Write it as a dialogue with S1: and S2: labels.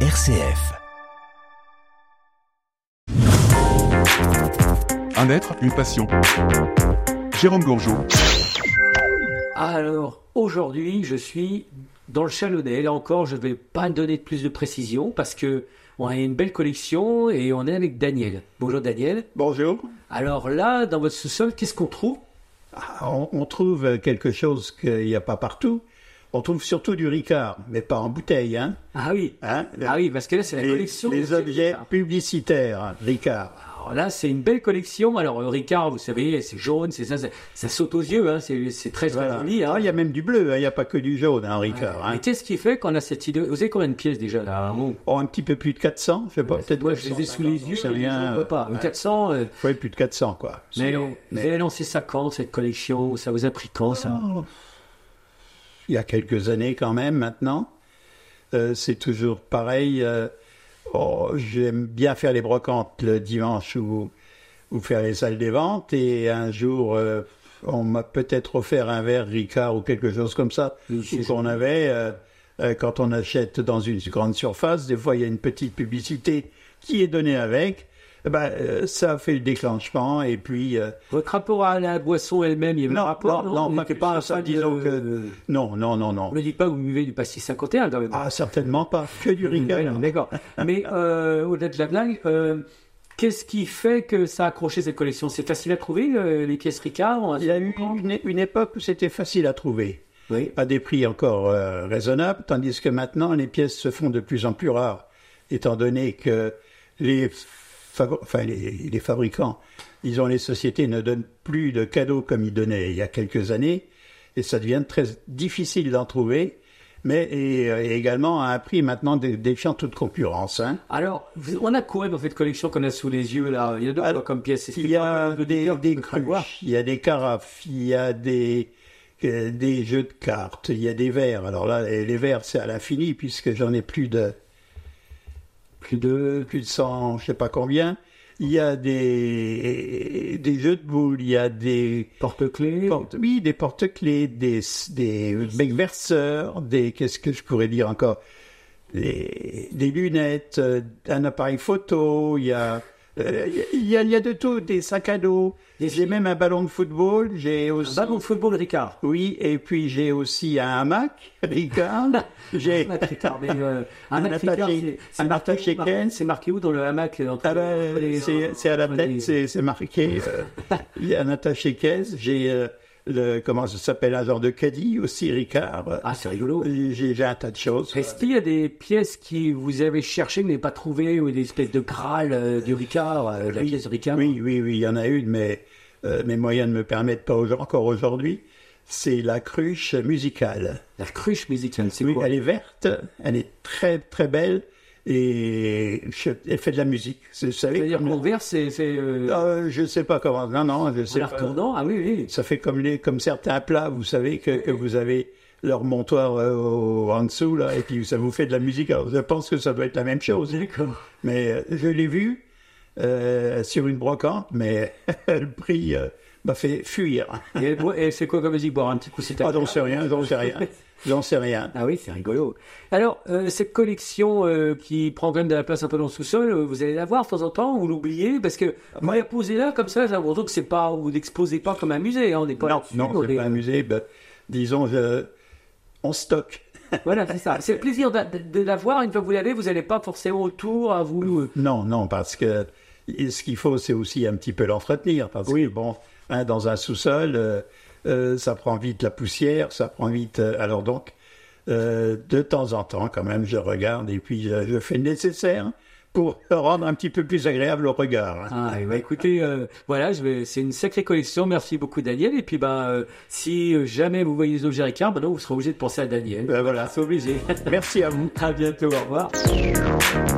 S1: RCF.
S2: Un être, une passion. Jérôme Gourgeot.
S3: Alors, aujourd'hui, je suis dans le Chalonnais. Là encore, je ne vais pas donner plus de précision parce que on a une belle collection et on est avec Daniel. Bonjour Daniel.
S4: Bonjour.
S3: Alors là, dans votre sous-sol, qu'est-ce qu'on trouve
S4: Ah, On, on trouve quelque chose qu'il n'y a pas partout. On trouve surtout du Ricard, mais pas en bouteille, hein.
S3: Ah oui.
S4: Hein, le-
S3: Ah oui, parce que là, c'est la
S4: les,
S3: collection.
S4: les
S3: de- Ah,
S4: objets publicitaires, hein, Ricard.
S3: Alors là, c'est une belle collection. Alors, euh, Ricard, vous savez, c'est jaune, c'est ça, ça, ça saute aux yeux, hein, c'est c'est très très
S4: Voilà.
S3: joli. hein.
S4: Ah, il y a même du bleu, hein, il n'y a pas que du jaune, hein, Ricard. hein.
S3: Mais qu'est-ce qui fait qu'on a cette idée Vous avez combien de pièces déjà là
S4: Oh, un petit peu plus de 400, je sais pas, peut-être
S3: Moi, je les ai sous les
S4: 450,
S3: yeux,
S4: ça
S3: mais
S4: vient,
S3: je ne vois pas. 400, euh,
S4: ouais, plus de 400, quoi.
S3: Mais on- vous avez lancé ça quand, cette collection Ça vous a pris quand, ça
S4: il y a quelques années quand même maintenant. Euh, c'est toujours pareil. euh, oh, J'aime bien faire les brocantes le dimanche ou, ou faire les salles des ventes. Et un jour, euh, on m'a peut-être offert un verre Ricard ou quelque chose comme ça.
S3: Oui, c'est
S4: ou qu'on avait, euh, euh, quand on achète dans une grande surface, des fois il y a une petite publicité qui est donnée avec. Eh Ben, euh, ça fait le déclenchement et puis... euh,
S3: Votre rapport à la boisson elle-même, il y avait
S4: Non,
S3: un rapport
S4: non,
S3: Vous
S4: non, pas
S3: n'étiez
S4: plus
S3: pas
S4: que
S3: un
S4: ça,
S3: fan
S4: disons
S3: de-
S4: que- non, non, non, non.
S3: Ne me dites pas que vous buvez du pastis 51, quand même.
S4: Ah, certainement pas. Que du Ricard.
S3: Ouais, non, D'accord. Mais euh, au-delà de la blague, euh, qu'est-ce qui fait que ça a accroché cette collection C'est facile à trouver, euh, les pièces Ricard on-
S4: Il y a eu une, é- une époque où c'était facile à trouver,
S3: Oui.
S4: à des prix encore euh, raisonnables, tandis que maintenant les pièces se font de plus en plus rares, étant donné que les, favo- enfin, les, les fabricants, ils ont les sociétés ne donnent plus de cadeaux comme ils donnaient il y a quelques années, et ça devient très difficile d'en trouver, mais et, euh, et également à un prix maintenant dé- défiant toute concurrence. Hein.
S3: Alors, vous- on a quoi dans cette collection qu'on a sous les yeux, là Il y en a deux
S4: Alors,
S3: comme pièces.
S4: Il y a
S3: Expliquez-moi.
S4: des, des
S3: peut
S4: cruches,
S3: savoir.
S4: il y a des carafes, il y a des, euh, des jeux de cartes, il y a des verres. Alors là, et les verres, c'est à l'infini, puisque j'en ai plus de,
S3: Plus de...
S4: plus de 100, je sais pas combien. Il y a des, des jeux de boules, il y a des,
S3: Porte-clés.
S4: porte- oui, des porte-clés, des, des becs verseurs, des, qu'est-ce que je pourrais dire encore? Des, des lunettes, euh, un appareil photo, il y a, euh, il y a, il y a de tout, des sacs à dos.
S3: Des-
S4: J'ai même un ballon de football, j'ai aussi.
S3: Ballon de football Ricard.
S4: Oui, et puis j'ai aussi un hamac, Ricard. j'ai.
S3: Un hamac Ricard, mais, euh, un hamac
S4: attaché-
S3: Ricard, c'est- c'est
S4: un
S3: marqué où,
S4: attaché
S3: marqué-
S4: Ken.
S3: C'est marqué où dans le hamac euh, entre-
S4: Ah ben,
S3: entre les-
S4: c'est c'est à la
S3: entre les-
S4: tête, c'est c'est marqué. euh, Il y a un attaché caisse, j'ai euh, le comment ça s'appelle un genre de caddie aussi, Ricard.
S3: Ah, c'est rigolo.
S4: J'ai j'ai un tas de choses.
S3: Est-ce qu'il y a des pièces qui vous avez cherchées que vous n'avez pas trouvées ou des espèces de Graal euh, du Ricard, euh, de la pièce Ricard
S4: Oui, oui, oui, il y en a une, mais euh, mes moyens ne me permettent pas au- encore aujourd'hui. C'est la cruche musicale.
S3: La cruche musicale, c'est
S4: Oui,
S3: quoi
S4: elle est verte, elle est très très belle et je- elle fait de la musique. Vous savez,
S3: C'est-à-dire
S4: comme-
S3: qu'on verse, c'est c'est, euh,
S4: Euh, je sais pas comment. Non, non, je
S3: en
S4: sais
S3: la
S4: pas.
S3: retournant Ah oui, oui.
S4: Ça fait comme, les, comme certains plats, vous savez, que, que vous avez leur montoir euh, au- en dessous, là, et puis ça vous fait de la musique. Alors, je pense que ça doit être la même chose.
S3: D'accord.
S4: Mais euh, je l'ai vu euh, sur une brocante, mais le prix euh, m'a fait fuir.
S3: Et, elle boit- et c'est quoi comme musique Boire un petit coup, c'est
S4: Ah, j'en sais rien, j'en sais rien. J'en sais rien.
S3: Ah oui, c'est rigolo. Alors, euh, cette collection euh, qui prend quand même de la place un peu dans le sous-sol, euh, vous allez la voir de temps en temps, vous l'oubliez, parce que
S4: Ah
S3: vous la posez là, comme ça, j'ai l'impression que c'est pas, vous l'exposez pas comme un musée, hein, on n'est pas
S4: Non,
S3: là-dessus,
S4: non,
S3: on
S4: c'est
S3: est-
S4: pas amusé. ben, disons, je- on stocke.
S3: Voilà, c'est ça. C'est le plaisir d'a- de, de la voir, une fois que vous l'avez, vous n'allez pas forcément autour à vous... euh,
S4: Non, non, parce que ce qu'il faut, c'est aussi un petit peu l'entretenir. Parce oui. que, bon, hein, dans un sous-sol, euh, euh, ça prend vite la poussière, ça prend vite. euh, alors donc, euh, de temps en temps, quand même, je regarde et puis je, je fais le nécessaire pour le rendre un petit peu plus agréable au regard. hein.
S3: Ah, eh ben, écoutez, euh, voilà, je vais, c'est une sacrée collection. Merci beaucoup, Daniel. Et puis, ben, euh, si euh, jamais vous voyez les objets Ricard,
S4: Bah.
S3: ben non, vous serez obligé de penser à Daniel.
S4: Ben voilà.
S3: C'est obligé.
S4: Merci à vous.
S3: à bientôt. Au revoir.